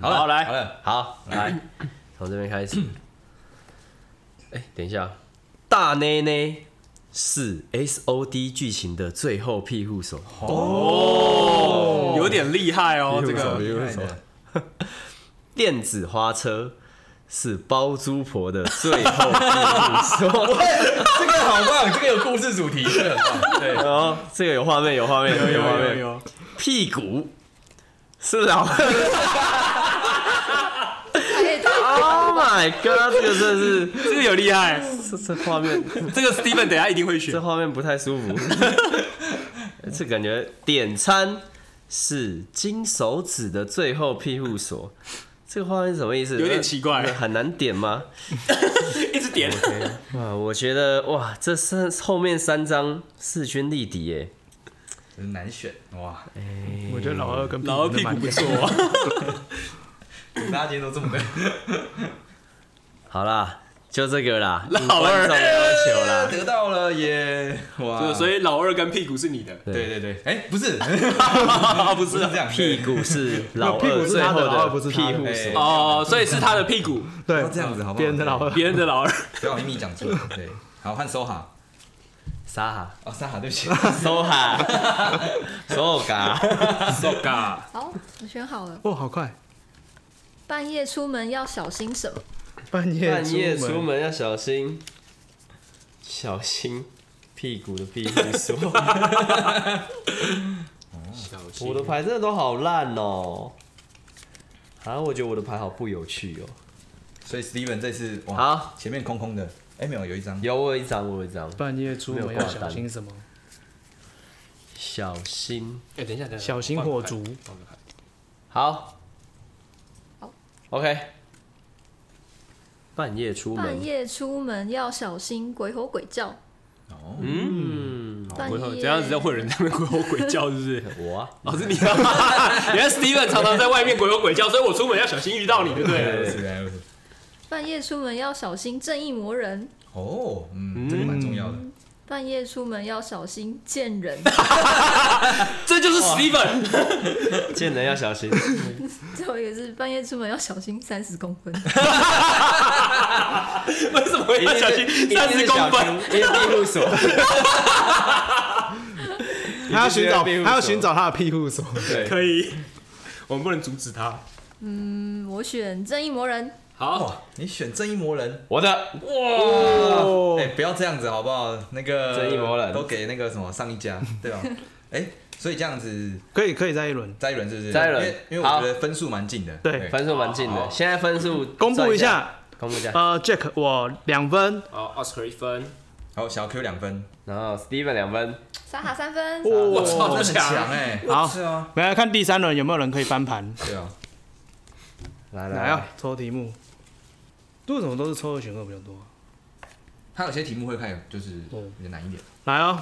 [SPEAKER 3] 好
[SPEAKER 6] 了
[SPEAKER 3] 来，
[SPEAKER 6] 好了，
[SPEAKER 3] 好来，从这边开始。哎、等一下，大内内是 S O D 剧情的最后庇护所，
[SPEAKER 5] 哦，有点厉害哦，这
[SPEAKER 6] 厉
[SPEAKER 5] 个
[SPEAKER 6] 害的
[SPEAKER 3] 电子花车是包租婆的最后庇护所。
[SPEAKER 6] 这个好棒，这个有故事主题，这个很棒。对，
[SPEAKER 3] 哦，这个有画面，有画面，有画面。
[SPEAKER 5] 有，
[SPEAKER 3] 屁股是老二。
[SPEAKER 7] 哎，对
[SPEAKER 3] Oh my god，这个真的是，
[SPEAKER 5] 这个有厉害。
[SPEAKER 3] 这这画面
[SPEAKER 5] 这个 Steven 等一下一定会选
[SPEAKER 3] 这。画面不太舒服。这感觉点餐是金手指的最后庇护所，这个画面是什么意思？
[SPEAKER 5] 有点奇怪
[SPEAKER 3] 呃很难点吗？
[SPEAKER 5] 一直点。
[SPEAKER 3] 啊，我觉得哇，这三后面三张势均力敌耶。
[SPEAKER 6] 很难选哇！
[SPEAKER 1] 我觉得老二跟屁股
[SPEAKER 5] 老二屁股不错，
[SPEAKER 6] 大家今天都这么的，
[SPEAKER 3] 好啦，就这个啦，应
[SPEAKER 5] 老二
[SPEAKER 3] 观众要求啦。
[SPEAKER 6] 得到了耶！哇，
[SPEAKER 5] 对所以老二跟屁股是你的，
[SPEAKER 6] 对对对，哎，不是，
[SPEAKER 5] 不是
[SPEAKER 6] 不是这样，
[SPEAKER 3] 屁股是老
[SPEAKER 1] 没有屁
[SPEAKER 3] 二
[SPEAKER 1] 股是
[SPEAKER 3] 最
[SPEAKER 1] 他的
[SPEAKER 3] 后
[SPEAKER 1] 老二不是
[SPEAKER 3] 庇
[SPEAKER 1] 他的
[SPEAKER 3] 护
[SPEAKER 6] 哎
[SPEAKER 3] 所。
[SPEAKER 5] 哦，所以是他的屁 股，
[SPEAKER 1] 对，
[SPEAKER 6] 要这样子好不好
[SPEAKER 1] 别人的老二，
[SPEAKER 5] 别人的老二。
[SPEAKER 6] 不要秘密讲出来。对，好，换收哈。
[SPEAKER 3] 沙哈，
[SPEAKER 6] 哦，沙哈，对不起，
[SPEAKER 3] 收哈，收嘎，
[SPEAKER 5] So ga，
[SPEAKER 7] 好，我选好了。
[SPEAKER 1] 哦，好快，
[SPEAKER 7] 半夜出门要小心什么？
[SPEAKER 1] 半夜
[SPEAKER 3] 半夜
[SPEAKER 1] 出
[SPEAKER 3] 出门要小心，小心屁股的庇护所。我的牌真的都好烂哦、啊，我觉得我的牌好不有趣哦、
[SPEAKER 6] 所以 Steven 这次哇，
[SPEAKER 3] 好，
[SPEAKER 6] 前面空空的，哎，没有，有一张，
[SPEAKER 3] 有我有一张，我有一张，
[SPEAKER 1] 半夜出门要小心什么？
[SPEAKER 3] 小心。
[SPEAKER 5] 哎，等一下，等一下，
[SPEAKER 1] 小心火烛
[SPEAKER 5] 换个牌。换个牌
[SPEAKER 3] 好，
[SPEAKER 7] 好
[SPEAKER 3] ，OK。半夜出门
[SPEAKER 7] 半，夜出门要小心鬼吼鬼叫。
[SPEAKER 6] 哦
[SPEAKER 3] 嗯，
[SPEAKER 7] 半
[SPEAKER 5] 鬼
[SPEAKER 7] 夜
[SPEAKER 5] 吼这样子在会人在那边鬼吼鬼叫，是不是？
[SPEAKER 3] 我啊
[SPEAKER 5] 老师你啊， 原来 Steven 常常在外面鬼吼鬼叫，所以我出门要小心遇到你，对不对？
[SPEAKER 6] 对对对
[SPEAKER 7] 半夜出门要小心正义魔人。
[SPEAKER 6] 哦，嗯，这个蛮重要的。
[SPEAKER 7] 半夜出门要小心见 人，
[SPEAKER 5] 这就是 Steven，
[SPEAKER 3] 见人要小心。
[SPEAKER 7] 最后一个是半夜出门要小心三十公分。
[SPEAKER 5] 为什么会要小心三十公分？，
[SPEAKER 3] 因为庇护所。
[SPEAKER 1] 他要寻找，
[SPEAKER 3] 必须要庇护所
[SPEAKER 1] 他要寻找他的庇护所。
[SPEAKER 3] 对，
[SPEAKER 5] 可以，我们不能阻止他。
[SPEAKER 7] 嗯，我选正义魔人。
[SPEAKER 5] 好，
[SPEAKER 6] 哇，你选正义魔人，
[SPEAKER 3] 我 的
[SPEAKER 1] 哦
[SPEAKER 6] 哎，不要这样子好不好？那个
[SPEAKER 3] 正义魔人
[SPEAKER 6] 都给那个什么上一家，对吧？哎，所以这样子
[SPEAKER 1] 可以，可以再一轮。
[SPEAKER 6] 再一轮是不是？
[SPEAKER 3] 再一轮
[SPEAKER 6] 因为因为
[SPEAKER 3] 好
[SPEAKER 6] 我觉得分数蛮近的。
[SPEAKER 1] 对
[SPEAKER 3] 分数蛮近的，现在分数
[SPEAKER 1] 公布一
[SPEAKER 3] 算一下，
[SPEAKER 1] 下，
[SPEAKER 3] 公布一下。
[SPEAKER 1] 呃，Jack 我两分
[SPEAKER 5] 哦好，Oscar 一分，
[SPEAKER 6] 好，小 Q 两分，
[SPEAKER 3] 然后 Steven 两分，
[SPEAKER 7] 沙哈三分，
[SPEAKER 6] 我
[SPEAKER 5] 操
[SPEAKER 6] 很
[SPEAKER 5] 这么强
[SPEAKER 6] 强哎，
[SPEAKER 1] 好
[SPEAKER 6] 是啊，
[SPEAKER 1] 我们哦来看第三轮有没有人可以翻盘。
[SPEAKER 6] 对啊，
[SPEAKER 3] 来来
[SPEAKER 1] 来啊，，抽题目。为什么都是抽二选二比较多？啊
[SPEAKER 6] 他有些题目会看，就是比较难一点。
[SPEAKER 1] 来哦，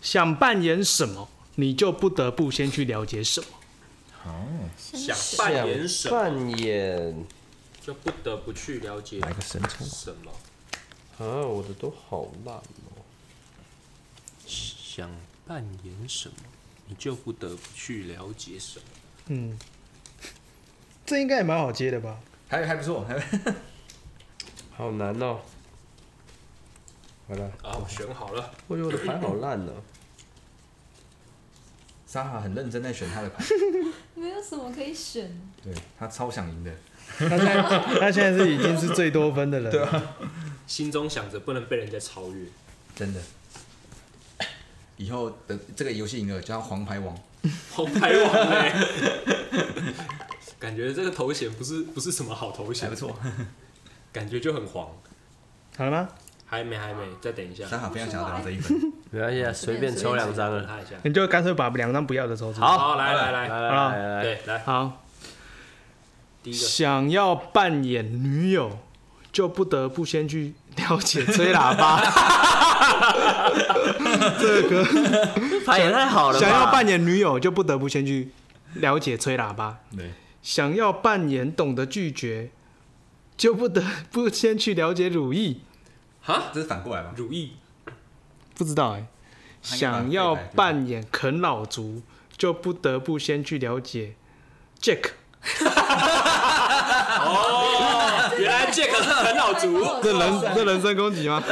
[SPEAKER 1] 想扮演什么，你就不得不先去了解什么。
[SPEAKER 6] 哦，
[SPEAKER 7] 真
[SPEAKER 5] 想
[SPEAKER 7] 是
[SPEAKER 5] 扮演什么，
[SPEAKER 3] 扮演
[SPEAKER 5] 就不得不去了解
[SPEAKER 6] 个神抽？
[SPEAKER 5] 什么。
[SPEAKER 3] 啊，我的都好烂哦。
[SPEAKER 5] 想扮演什么，你就不得不去了解什么。
[SPEAKER 1] 嗯，这应该也蛮好接的吧？
[SPEAKER 6] 还还不错，还
[SPEAKER 3] 好难哦。好了，
[SPEAKER 5] 啊，我选好了，
[SPEAKER 3] 我觉得我的牌好烂哦。
[SPEAKER 6] 沙哈很认真在选他的牌，
[SPEAKER 7] 没有什么可以选。
[SPEAKER 6] 对他超想赢的。
[SPEAKER 1] 他现在他现在是已经是最多分的人。对啊。
[SPEAKER 5] 心中想着不能被人家超越。
[SPEAKER 6] 真的。以后的这个游戏赢了叫他黄牌王，
[SPEAKER 5] 红牌王嘞、感觉这个头衔不是不是什么好头
[SPEAKER 6] 还
[SPEAKER 5] 衔
[SPEAKER 6] 不，错。
[SPEAKER 5] 感觉就很黄。
[SPEAKER 1] 好了吗？
[SPEAKER 5] 还没还没，再等一下
[SPEAKER 6] 沙，哈非常想要拿到这一分，
[SPEAKER 3] 没关系啊，随便抽两张
[SPEAKER 5] 等
[SPEAKER 3] 啊。
[SPEAKER 5] 他一下。
[SPEAKER 1] 你就干脆把两张不要的抽出来。
[SPEAKER 5] 好，好来来
[SPEAKER 6] 来
[SPEAKER 5] 来，
[SPEAKER 3] 来来
[SPEAKER 1] 好
[SPEAKER 3] 来来来，
[SPEAKER 5] 对，来
[SPEAKER 1] 好，
[SPEAKER 5] 第一个，
[SPEAKER 1] 想要扮演女友，就不得不先去了解吹喇叭。这个
[SPEAKER 3] 牌也太好
[SPEAKER 1] 想要扮演女友，就不得不先去了解吹喇叭。
[SPEAKER 6] 对，
[SPEAKER 1] 想要扮演懂得拒绝，就不得不先去了解鲁艺。
[SPEAKER 6] 这是反过来吧？
[SPEAKER 5] 如意
[SPEAKER 1] 不知道哎、想要扮演啃老族，就不得不先去了解 Jack。
[SPEAKER 5] 哦，原来 Jack 是啃老族，
[SPEAKER 1] 这人 这人身攻击吗？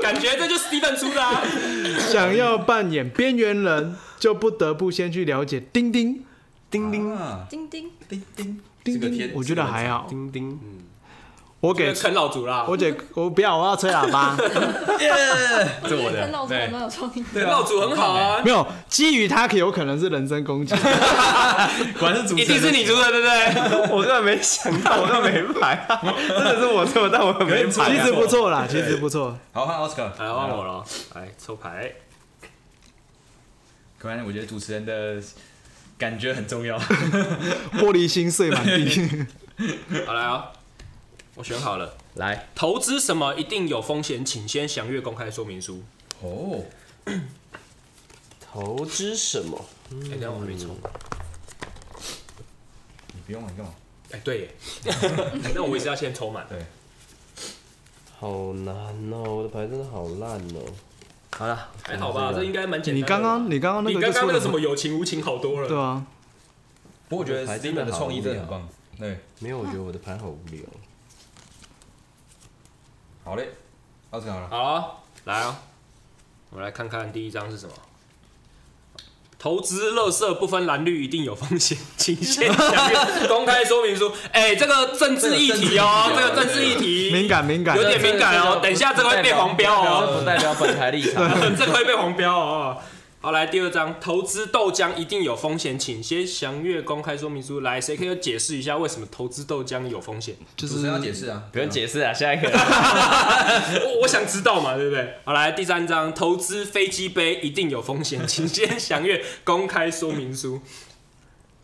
[SPEAKER 5] 感觉这就是 Steven 出的啊。
[SPEAKER 1] 想要扮演边缘人，就不得不先去了解丁丁。
[SPEAKER 6] 叮叮啊，
[SPEAKER 7] 丁丁，
[SPEAKER 6] 叮叮，
[SPEAKER 1] 丁
[SPEAKER 6] 这个天
[SPEAKER 1] 丁，我觉得还好。嗯
[SPEAKER 3] 丁丁，
[SPEAKER 1] 我给
[SPEAKER 5] 啃老族啦，
[SPEAKER 1] 我姐，我不要，我要吹喇叭。
[SPEAKER 6] 这我
[SPEAKER 7] 跟
[SPEAKER 6] 的，
[SPEAKER 7] 老板蛮有创意。
[SPEAKER 5] 啃老族很好 啊，
[SPEAKER 1] 没有，基于他有可能是人身攻击。
[SPEAKER 6] 果然是主
[SPEAKER 5] 一
[SPEAKER 6] 持
[SPEAKER 5] 定
[SPEAKER 6] 人
[SPEAKER 5] 是你出的，对不对？
[SPEAKER 3] 我根本没想到，我都没牌啊，真的是我错，但我没牌。
[SPEAKER 1] 其实不错啦，其实不错。
[SPEAKER 6] 好，换 Oscar，
[SPEAKER 5] 来换我了，来抽牌。
[SPEAKER 6] 果然我觉得主持人的感觉很重要。
[SPEAKER 1] 玻璃心碎满 地。
[SPEAKER 5] 好来哦，我选好了。
[SPEAKER 3] 来，
[SPEAKER 5] 投资什么一定有风险，请先详阅公开说明书。
[SPEAKER 6] 哦，
[SPEAKER 3] 投资什么？
[SPEAKER 5] 哎、等一下我还没抽。
[SPEAKER 6] 你不用了，你干嘛？
[SPEAKER 5] 哎、对耶， 那我也是要先抽满。
[SPEAKER 3] 好难哦，我的牌真的好烂哦。好了，
[SPEAKER 5] 还哎好吧，这应该蛮简单的
[SPEAKER 1] 你刚刚，你刚刚那
[SPEAKER 5] 你
[SPEAKER 1] 个
[SPEAKER 5] 刚
[SPEAKER 1] 就
[SPEAKER 5] 刚
[SPEAKER 1] 说的
[SPEAKER 5] 那个什么友情无情好多
[SPEAKER 1] 对
[SPEAKER 5] 了。
[SPEAKER 1] 啊，
[SPEAKER 6] 不过我觉得
[SPEAKER 3] 还
[SPEAKER 6] Steven
[SPEAKER 3] 真的
[SPEAKER 6] 的
[SPEAKER 3] 好
[SPEAKER 6] 创意真的很
[SPEAKER 3] 无
[SPEAKER 6] 棒。对，
[SPEAKER 3] 没有，我觉得我的牌好无聊。
[SPEAKER 6] 好嘞，Oscar 好了，
[SPEAKER 5] 好啊，来啊，我们来看看第一张是什么。投资垃圾不分蓝绿，一定有风险，请先详阅公开说明书。哎、这个政治议题哦，这个政治议题
[SPEAKER 1] 敏感敏感
[SPEAKER 5] 有。点敏感哦。等一下这个会被黄标哦。
[SPEAKER 3] 这不代表本台立场。
[SPEAKER 5] 这会被黄标哦。好，来第二张，投资豆浆一定有风险，请先详阅公开说明书。来，谁可以解释一下为什么投资豆浆有风险？
[SPEAKER 1] 就
[SPEAKER 6] 主持
[SPEAKER 1] 是
[SPEAKER 6] 人要解释啊，
[SPEAKER 3] 不用解释啊，下一个。
[SPEAKER 5] 我我想知道嘛，对不对？好，来第三张，投资飞机杯一定有风险，请先详阅公开说明书。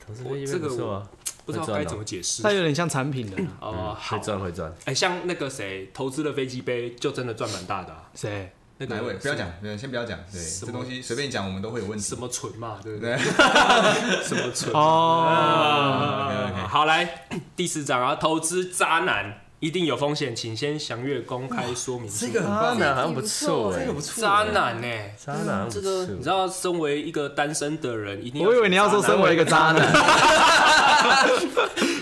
[SPEAKER 3] 投资
[SPEAKER 5] 这个我不知道
[SPEAKER 3] 会赚哦
[SPEAKER 5] 该怎么解释
[SPEAKER 6] 嗯
[SPEAKER 1] 它有点像产品的。
[SPEAKER 5] 哦。好
[SPEAKER 3] 会，赚会赚，
[SPEAKER 5] 哎，像那个谁投资了飞机杯，就真的赚蛮大的啊。
[SPEAKER 1] 谁？
[SPEAKER 5] 那个
[SPEAKER 6] 哪一位？不要讲，对，先不要讲，对，
[SPEAKER 5] 什
[SPEAKER 6] 这
[SPEAKER 5] 么
[SPEAKER 6] 东西随便讲我们都会有问题。
[SPEAKER 5] 什么蠢嘛，对不对？
[SPEAKER 6] 对
[SPEAKER 5] 什么蠢
[SPEAKER 1] 哦，
[SPEAKER 5] 啊好，来第四章啊，投资渣男一定有风险，请先详阅公开说明书。
[SPEAKER 6] 这个很棒
[SPEAKER 3] 渣
[SPEAKER 6] 啊，
[SPEAKER 3] 男好像不错哎
[SPEAKER 6] 这个，不错。
[SPEAKER 5] 渣男呢、
[SPEAKER 3] 渣男
[SPEAKER 5] 嗯这个你知道，身为一个单身的人，一定
[SPEAKER 1] 我以为你要说身为一个渣男，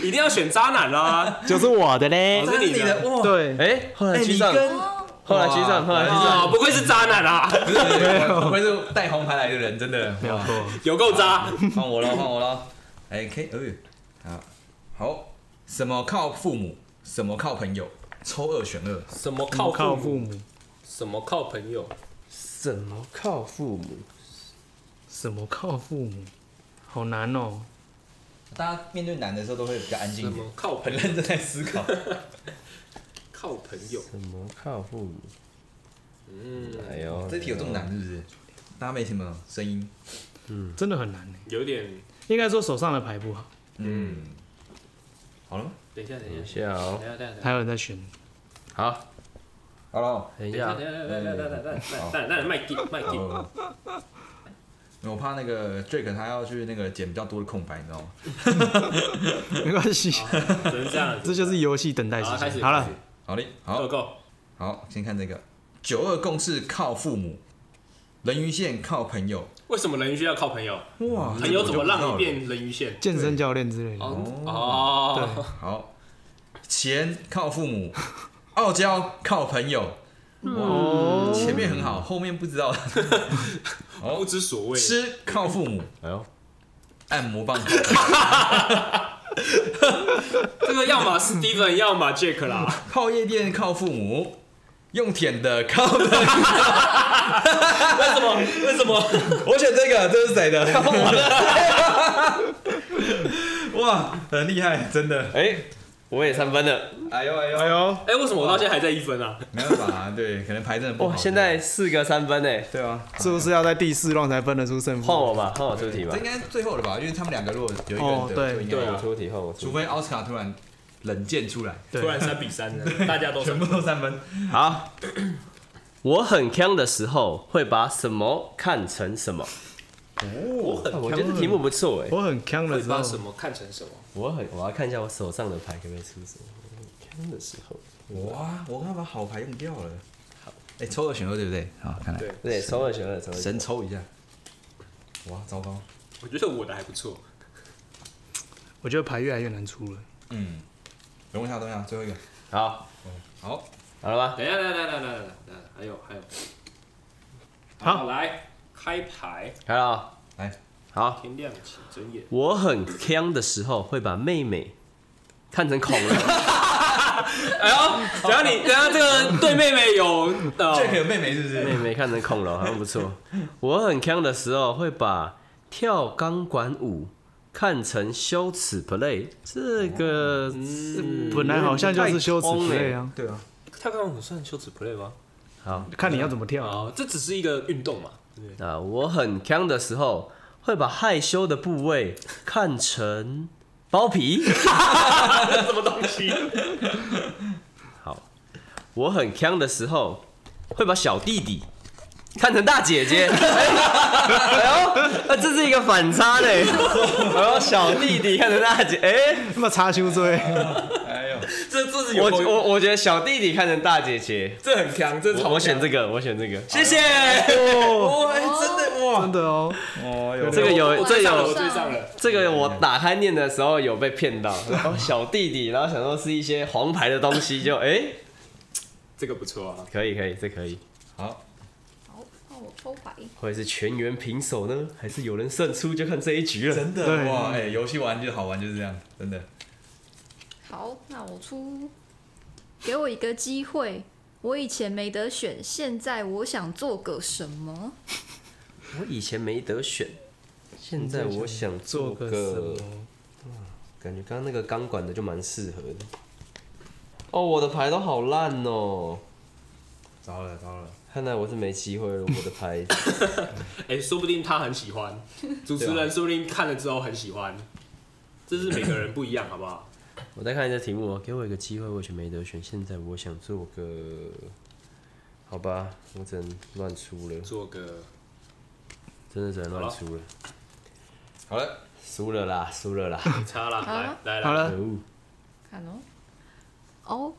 [SPEAKER 5] 一定要选渣男 啦、
[SPEAKER 1] 就是我的嘞
[SPEAKER 5] 我。是你的
[SPEAKER 6] 哇，
[SPEAKER 1] 对，
[SPEAKER 3] 哎，后来
[SPEAKER 6] 哎，
[SPEAKER 3] 区
[SPEAKER 6] 你
[SPEAKER 3] 长，
[SPEAKER 6] 跟
[SPEAKER 3] 后来区长，后来区长，
[SPEAKER 5] 啊、不愧是渣男啊，
[SPEAKER 6] 不是没有，不愧是带红牌来的人，真的没有错。
[SPEAKER 5] 有够渣。
[SPEAKER 6] 换我了，换我了。哎，可以，呃，好，好，什么靠父母，什么靠朋友，抽二选二。
[SPEAKER 5] 什么靠
[SPEAKER 1] 靠
[SPEAKER 5] 父
[SPEAKER 1] 父
[SPEAKER 5] 母，
[SPEAKER 1] 母，
[SPEAKER 5] 什么靠朋友，
[SPEAKER 3] 什么靠父母？
[SPEAKER 1] 什么靠父母？好难哦。
[SPEAKER 6] 大家面对难的时候都会比较安
[SPEAKER 5] 什
[SPEAKER 6] 静一点，
[SPEAKER 5] 么靠朋
[SPEAKER 6] 很认真在思考。
[SPEAKER 5] 靠朋友，嗯
[SPEAKER 3] 什么靠父母？哎呦，
[SPEAKER 6] 这题有这么难是不是？大家没什么声音，
[SPEAKER 1] 真的很难欸。
[SPEAKER 5] 有点。
[SPEAKER 1] 应该说手上的牌不好，
[SPEAKER 6] 嗯，好了吗？
[SPEAKER 5] 等一下，等
[SPEAKER 3] 等
[SPEAKER 5] 一
[SPEAKER 3] 一下
[SPEAKER 5] 下，等
[SPEAKER 3] 哦
[SPEAKER 5] 一，下，等一下，
[SPEAKER 1] 还有人在选。
[SPEAKER 3] 好，
[SPEAKER 6] 好了，
[SPEAKER 3] 等
[SPEAKER 5] 等
[SPEAKER 3] 一
[SPEAKER 5] 一下，
[SPEAKER 3] 下
[SPEAKER 5] 等，一下，等一下，等一下，等一下，等一下，麦进，麦进。
[SPEAKER 6] 哦我怕那个 Drake 他要去那个剪比较多的空白，你知道吗？
[SPEAKER 1] 没关系，
[SPEAKER 5] 只能这样，
[SPEAKER 1] 这就是游戏等待时
[SPEAKER 5] 好开始。
[SPEAKER 1] 间。哦好了，
[SPEAKER 6] 好嘞，好
[SPEAKER 5] Go，go，
[SPEAKER 6] 好，先看这个九二共识靠父母，人鱼线靠朋友。
[SPEAKER 5] 为什么人鱼线要靠朋友？
[SPEAKER 6] 哇，
[SPEAKER 5] 朋友怎么让你变人鱼线？
[SPEAKER 1] 健身教练之类的，
[SPEAKER 5] 哦，
[SPEAKER 6] 好？钱靠父母，傲娇靠朋友。哦，前面很好，后面不知道。
[SPEAKER 5] 不知所谓。
[SPEAKER 6] 吃靠父母，
[SPEAKER 2] 哎呦，
[SPEAKER 6] 按摩棒。
[SPEAKER 5] 这个要么 Steven，要么 Jack 啦。
[SPEAKER 6] 泡夜店靠父母，用舔的靠朋友。
[SPEAKER 5] 为什么？为什么？
[SPEAKER 6] 我选这个，这是谁的？ 哇，很厉害，真的。
[SPEAKER 3] 哎，我也三分了，
[SPEAKER 6] 哎呦哎呦哎呦，
[SPEAKER 5] 哎，为什么我到现在还在一分啊？
[SPEAKER 6] 没办法、啊，对，可能排真的不好。
[SPEAKER 3] 哇，现在四个三分哎，
[SPEAKER 6] 对啊，
[SPEAKER 1] 是不是要在第四浪才分得出胜
[SPEAKER 3] 换
[SPEAKER 1] 负？
[SPEAKER 3] 我吧，换我出题吧
[SPEAKER 6] 这应，该是最后了吧？因为他们两个如果有一个
[SPEAKER 1] 哦
[SPEAKER 6] 人得，
[SPEAKER 1] 对
[SPEAKER 6] 就应该
[SPEAKER 5] 对
[SPEAKER 3] 换
[SPEAKER 5] 啊
[SPEAKER 3] 我出题，换我出
[SPEAKER 6] 除
[SPEAKER 3] 题。
[SPEAKER 6] 非奥斯卡突然冷箭出来，
[SPEAKER 1] 对
[SPEAKER 5] 突然三比三了，大家都
[SPEAKER 6] 全部都三分。
[SPEAKER 3] 好，我很呛的时候会把什么看成什么？
[SPEAKER 5] 我很
[SPEAKER 3] 啊我觉得这题目不错哎，
[SPEAKER 1] 我很强的
[SPEAKER 5] 会
[SPEAKER 1] 时
[SPEAKER 5] 把
[SPEAKER 1] 候，
[SPEAKER 5] 什么看成什么？
[SPEAKER 3] 我很我要看一下我手上的牌可不可以出什么。我很呛的时候，
[SPEAKER 6] 哇，我刚刚把好牌用掉了。哎、抽二选二对不对？好，看来
[SPEAKER 5] 对
[SPEAKER 3] 对，首尔选二，首尔选
[SPEAKER 6] 神抽一下。哇，糟糕。
[SPEAKER 5] 我觉得我的还不错。
[SPEAKER 1] 我觉得牌越来越难出了。
[SPEAKER 6] 嗯，容一下，容一下，最后一个。
[SPEAKER 3] 二。好，
[SPEAKER 6] 好，
[SPEAKER 3] 好了吧？
[SPEAKER 5] 等一下，等一下，等一下，等一下，等一下，还有还有。
[SPEAKER 1] 好
[SPEAKER 5] 来开牌，
[SPEAKER 3] 开了啊，
[SPEAKER 6] 来，
[SPEAKER 3] 好，
[SPEAKER 5] 天亮起睁眼。
[SPEAKER 3] 我很呛的时候会把妹妹看成恐龙。
[SPEAKER 5] 哎呦，等一下你，等一下这个对妹妹有
[SPEAKER 6] 这个
[SPEAKER 5] 呃，
[SPEAKER 6] 哎有妹妹是不
[SPEAKER 3] 妹
[SPEAKER 6] 是？
[SPEAKER 3] 妹看成恐龙好像不错。我很强的时候会把跳钢管舞看成羞耻 play，这个是
[SPEAKER 1] 哦嗯本来好像就是羞耻
[SPEAKER 3] 有点不太通
[SPEAKER 1] play
[SPEAKER 3] 欸。
[SPEAKER 1] 啊，
[SPEAKER 6] 对啊，
[SPEAKER 5] 跳钢管舞算羞耻 play 吗？
[SPEAKER 3] 好，
[SPEAKER 1] 看你要怎么跳啊。
[SPEAKER 5] 啊，这只是一个运动嘛，对不对？
[SPEAKER 3] 那我很强的时候会把害羞的部位看成包皮。
[SPEAKER 5] 什么东西？
[SPEAKER 3] 好，我很强的时候会把小弟弟看成大姐姐。哎呦，那这是一个反差呢。哎呦，小弟弟看成大姐，哎、
[SPEAKER 1] 那么插修锥，
[SPEAKER 6] 哎呦，
[SPEAKER 5] 这这是有
[SPEAKER 3] 我我我觉得小弟弟看成大姐姐，
[SPEAKER 5] 这很强，这
[SPEAKER 3] 我我选这个，我选这个，
[SPEAKER 5] 谢谢。
[SPEAKER 6] 哇，哎真的哇，
[SPEAKER 1] 真的哦，
[SPEAKER 6] 哦有
[SPEAKER 3] 这个有
[SPEAKER 5] 我
[SPEAKER 3] 这
[SPEAKER 5] 最
[SPEAKER 7] 啊
[SPEAKER 5] 上了，
[SPEAKER 3] 有
[SPEAKER 5] 我最上了。
[SPEAKER 3] 这个我打开念的时候有被骗到，然 后小弟弟，然后想说是一些黄牌的东西，就哎、
[SPEAKER 5] 这个不错啊，
[SPEAKER 3] 可以可以，这可以，
[SPEAKER 6] 好，
[SPEAKER 7] 好，那我抽牌。
[SPEAKER 3] 会是全员平手呢，还是有人胜出，就看这一局了。
[SPEAKER 6] 真的
[SPEAKER 1] 对
[SPEAKER 6] 哇，哎，游戏玩就好玩就是这样，真的。
[SPEAKER 7] 好，那我出，给我一个机会。我以前没得选，现在我想做个什么？
[SPEAKER 3] 我以前没得选，现在我想做
[SPEAKER 1] 做个什
[SPEAKER 3] 个
[SPEAKER 1] 么，？
[SPEAKER 3] 感觉刚刚那个钢管的就蛮适合的。哦，我的牌都好烂哦，
[SPEAKER 6] 糟了糟了，
[SPEAKER 3] 看来我是没机会了，我的 牌。
[SPEAKER 5] 哎，说不定他很喜 欢，主持人说不定看了之后很喜欢，这是每个人不一样，好不好？
[SPEAKER 3] 我再看一下题目哦，给我一个机会，我以前没得选，现在我想做个，好吧，我只能乱出了，
[SPEAKER 5] 做个
[SPEAKER 3] 真的只能乱出了，
[SPEAKER 6] 好了，
[SPEAKER 3] 输了啦，输了 啦。
[SPEAKER 5] 差啦，
[SPEAKER 7] 好啊
[SPEAKER 5] 来来
[SPEAKER 1] 好
[SPEAKER 5] 来，
[SPEAKER 1] 了，
[SPEAKER 3] 哦
[SPEAKER 7] 看哦，哦，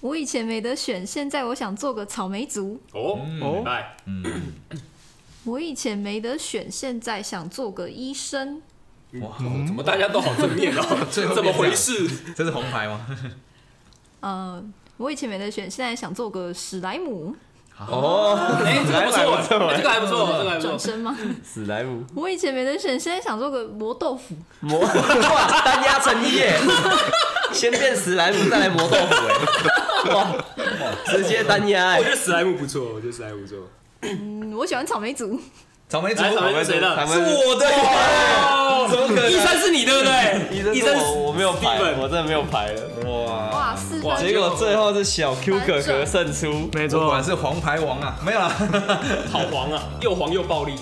[SPEAKER 7] 我以前没得选，现在我想做个草莓族。
[SPEAKER 5] 哦，来，
[SPEAKER 7] 我以前没得选，现在想做个医生。
[SPEAKER 6] 哇，
[SPEAKER 5] 怎么大家都好正面 哦？
[SPEAKER 6] 最后
[SPEAKER 5] 怎么
[SPEAKER 6] 变这
[SPEAKER 5] 回
[SPEAKER 6] 样？
[SPEAKER 5] 事？
[SPEAKER 6] 这是红牌吗？
[SPEAKER 7] 呃，我以前没得选，现在想做个史莱姆
[SPEAKER 3] 哦，
[SPEAKER 5] 哎，这个不
[SPEAKER 3] 来吧这
[SPEAKER 5] 错，
[SPEAKER 3] 个
[SPEAKER 5] 哎这个还不错，这个还不
[SPEAKER 7] 转
[SPEAKER 5] 错。
[SPEAKER 7] 身吗？
[SPEAKER 3] 史莱姆
[SPEAKER 7] 我以前没得选，现在想做个磨豆腐。
[SPEAKER 3] 磨哇，单压成一耶， 先变史莱姆，再来磨豆腐 哎，哇，直接单压
[SPEAKER 5] 我
[SPEAKER 3] 哎
[SPEAKER 5] 觉，得史莱姆不错，我觉得史莱姆不错。
[SPEAKER 7] 嗯，我喜欢草莓族。
[SPEAKER 6] 草莓族，
[SPEAKER 5] 来，草莓是谁的？
[SPEAKER 3] 们
[SPEAKER 6] 是我的，
[SPEAKER 5] 哦，
[SPEAKER 6] 怎么可能
[SPEAKER 5] 医生是你对不对？
[SPEAKER 3] 医生是我我没有排，
[SPEAKER 5] Steven
[SPEAKER 3] 我真的没有排了。
[SPEAKER 6] 哇，
[SPEAKER 7] 哇，四
[SPEAKER 5] 哇
[SPEAKER 7] 分
[SPEAKER 3] 结果最后是小 Q 哥哥胜出，
[SPEAKER 1] 没
[SPEAKER 6] 我果然
[SPEAKER 1] 错，
[SPEAKER 6] 是黄牌王啊，没有啦。
[SPEAKER 5] 好黄啊，又黄又暴力。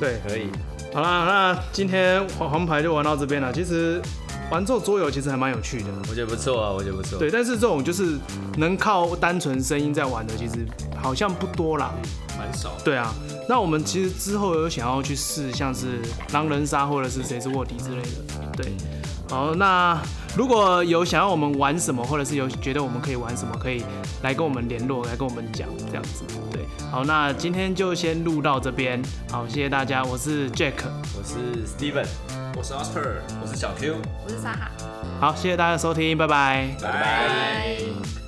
[SPEAKER 1] 对，
[SPEAKER 3] 可以。
[SPEAKER 1] 好啦，那今天黄黄牌就玩到这边了。其实玩这种桌游其实还蛮有趣的，
[SPEAKER 3] 我觉得不错啊，我觉得不错。
[SPEAKER 1] 对，但是这种就是能靠单纯声音在玩的，其实好像不多啦。
[SPEAKER 5] 蛮少。
[SPEAKER 1] 对啊，那我们其实之后有想要去试，像是狼人杀或者是谁是卧底之类的。对，好，那如果有想要我们玩什么，或者是有觉得我们可以玩什么，可以来跟我们联络，来跟我们讲这样子。对，好，那今天就先录到这边，好，谢谢大家，我是 Jack，
[SPEAKER 3] 我是 Steven，
[SPEAKER 5] 我是 Oscar，
[SPEAKER 6] 我是小 Q。
[SPEAKER 7] 我是沙哈，哎
[SPEAKER 1] 好，谢谢大家的收听，拜拜。
[SPEAKER 7] 拜拜。